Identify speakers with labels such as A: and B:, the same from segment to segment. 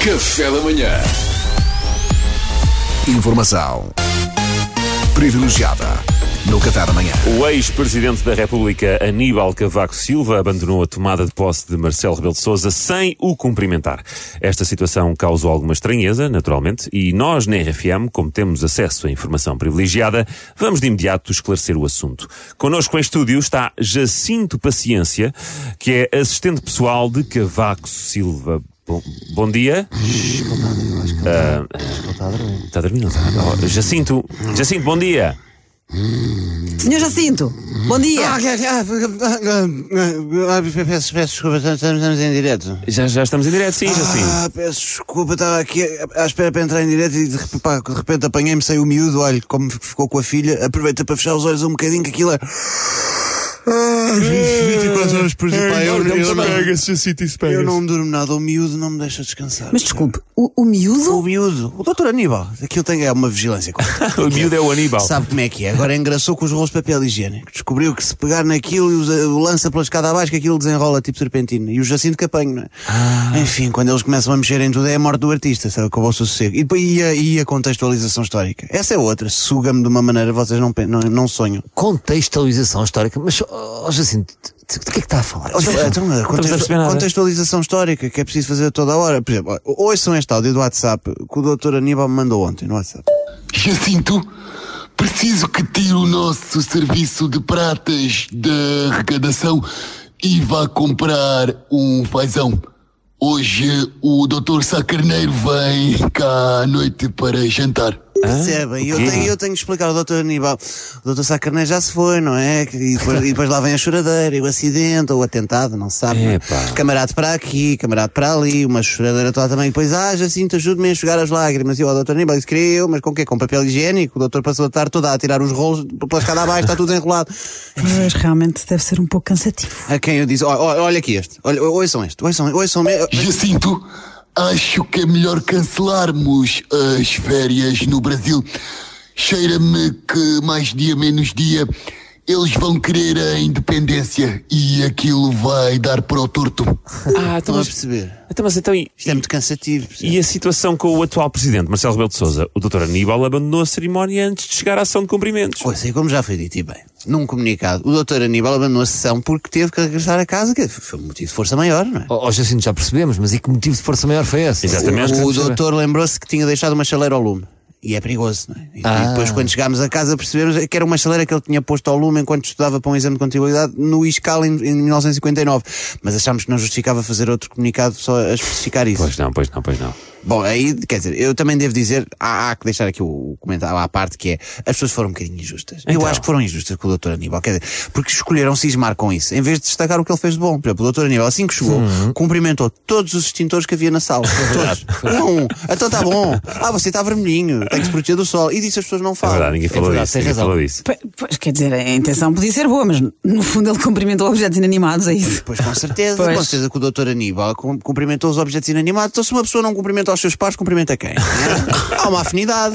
A: Café da Manhã. Informação privilegiada no Café da Manhã.
B: O ex-presidente da República, Aníbal Cavaco Silva, abandonou a tomada de posse de Marcelo Rebelo de Sousa sem o cumprimentar. Esta situação causou alguma estranheza, naturalmente, e nós na RFM, como temos acesso a informação privilegiada, vamos de imediato esclarecer o assunto. Connosco em estúdio está Jacinto Paciência, que é assistente pessoal de Cavaco Silva. Bom, bom dia. Ah, Está a dormir, não está? Oh, Jacinto, Jacinto, bom dia.
C: Senhor Jacinto, bom dia.
D: Ah, que- que- ah, ah, ah, ah, Peço, peço desculpa, estamos, estamos em direto.
B: Já, já estamos em direto, sim, Jacinto.
D: Ah, peço desculpa, estava aqui à espera para entrar em direto e de repente, pá, de repente apanhei-me, saiu o miúdo, olha, como ficou com a filha, aproveita para fechar os olhos um bocadinho que aquilo é... Ah, 24 horas por dia, pá, eu, eu, não, eu não durmo nada, o miúdo não me deixa descansar.
C: Mas desculpe, o, o
D: O
C: miúdo?
D: miúdo, o doutor Aníbal, aquilo tem é uma vigilância.
B: O miúdo é o Aníbal.
D: Sabe como é que é? Agora engraçou com os rolos de papel higiênico. Descobriu que se pegar naquilo e os- o lança pela escada abaixo, que aquilo desenrola tipo serpentina. E o Jacinto que apanho, não é? Enfim, quando eles começam a mexer em tudo, é a morte do artista, sabe? Acabou o sossego. E depois e a, e a contextualização histórica. Essa é outra. Suga-me de uma maneira, vocês não, pen- não, não sonham.
E: contextualização histórica, mas, ó Jacinto, de, de que é que está a falar?
D: Então, então, a contextu-
B: perceber nada.
D: contextualização histórica que é preciso fazer a toda a hora. Por exemplo, ouçam este áudio do WhatsApp que o doutor Aníbal me mandou ontem no WhatsApp.
F: Jacinto, preciso que tire o nosso serviço de pratas da arrecadação e vá comprar um fazão. Hoje o Dr. Sá Carneiro vem cá à noite para jantar.
D: Percebem? Eu
B: quê?
D: tenho, eu tenho que explicar ao doutor Aníbal. O doutor Sacarneiro já se foi, não é? Que- E depois, e depois lá vem a choradeira, e o acidente, ou o atentado, não se sabe. não é?
B: Epá.
D: Camarada para aqui, camarada para ali, uma choradeira toda também. Depois, ah, Jacinto, ajude-me a enxugar as lágrimas. E o doutor Aníbal disse, queria eu, mas com o quê? Com papel higiênico. O doutor passou a tarde toda a tirar os rolos pela escada abaixo, está tudo enrolado.
C: Pois, realmente deve ser um pouco cansativo.
D: A quem eu disse, "Ó, ó, olha aqui este, olha, ouçam este, ouçam, ouçam.
F: Jacinto, acho que é melhor cancelarmos as férias no Brasil. Cheira-me que mais dia menos dia eles vão querer a independência e aquilo vai dar para o torto.
B: Ah,
D: Estão a perceber?
B: então, mas então, e,
D: Isto é muito cansativo. percebe?
B: e a situação com o atual presidente, Marcelo Rebelo de Sousa? O doutor Aníbal abandonou a cerimónia antes de chegar à ação de cumprimentos.
D: Ouça, e como já foi dito e bem, num comunicado, o doutor Aníbal abandonou a sessão porque teve que regressar a casa, que foi um motivo de força maior, não é?
E: Ó ó, Jacinto, já percebemos, mas e que motivo de força maior foi esse?
B: Exatamente.
D: O,
B: queremos
D: o
B: saber.
D: doutor lembrou-se que tinha deixado uma chaleira ao lume. E é perigoso, não é? E, e
E: Ah.
D: depois, quando chegámos a casa, percebemos que era uma chaleira que ele tinha posto ao lume enquanto estudava para um exame de contabilidade no ISCAL em, em 1959. Mas achámos que não justificava fazer outro comunicado só a especificar isso.
B: Pois não, pois não, pois não.
D: Bom, aí, quer dizer, eu também devo dizer, há, há que deixar aqui o, o comentário à parte, que é, as pessoas foram um bocadinho injustas. Eu
B: Então.
D: acho que foram injustas com o Dr. Aníbal, quer dizer, porque escolheram cismar com isso, em vez de destacar o que ele fez de bom. Por exemplo, o Dr. Aníbal, assim que chegou,
B: Uhum.
D: cumprimentou todos os extintores que havia na sala.
B: É
D: Todos. Um a um. Então está bom. Ah, você está vermelhinho, tem que se proteger do sol. E disso as pessoas não
B: É
D: falam.
B: verdade, ninguém falou
E: verdade,
B: disso.
E: tem
B: Ninguém
E: razão.
B: falou disso.
C: P- Pois, quer dizer, a intenção podia ser boa, mas no fundo ele cumprimentou objetos inanimados, é isso?
D: Pois com certeza,
C: Pois.
D: com certeza que o doutor Aníbal cum- cumprimentou os objetos inanimados. Então, se uma pessoa não cumprimenta os seus pares, cumprimenta quem? né? Há uma afinidade.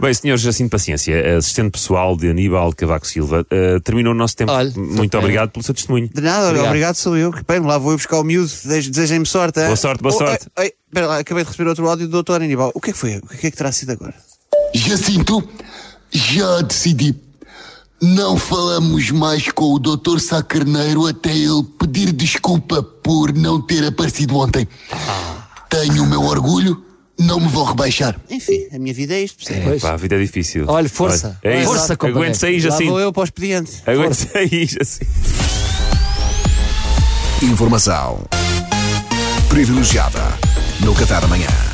B: Bem, senhores, assim de paciência, assistente pessoal de Aníbal Cavaco Silva, eh, terminou o nosso tempo.
E: Olha,
B: Muito
E: ok.
B: obrigado pelo seu testemunho.
D: De nada, obrigado,
E: Obrigado.
D: obrigado sou eu. Que bem, lá vou eu buscar o miúdo. Desejo- Desejem-me sorte. hein?
B: Boa sorte, boa
D: Oh,
B: sorte.
D: Ai, ai, espera lá, acabei de receber outro áudio do Dr. Aníbal. O que é que foi? O que é que terá sido agora?
F: Jacinto, já decidi. Não falamos mais com o Dr. Sá Carneiro até ele pedir desculpa por não ter aparecido ontem. Tenho o meu orgulho, não me vou rebaixar.
D: Enfim, a minha vida é isto, percebe?
E: Pois.
B: Pá, a vida é difícil.
E: Olha, força.
B: Olha, é isso.
E: Força, companheiro.
B: Aguente-se aí,
D: Lá vou
B: Jacinto.
D: eu para o expediente.
B: Aguente-se aí, Jacinto.
A: Informação privilegiada no Café da Manhã.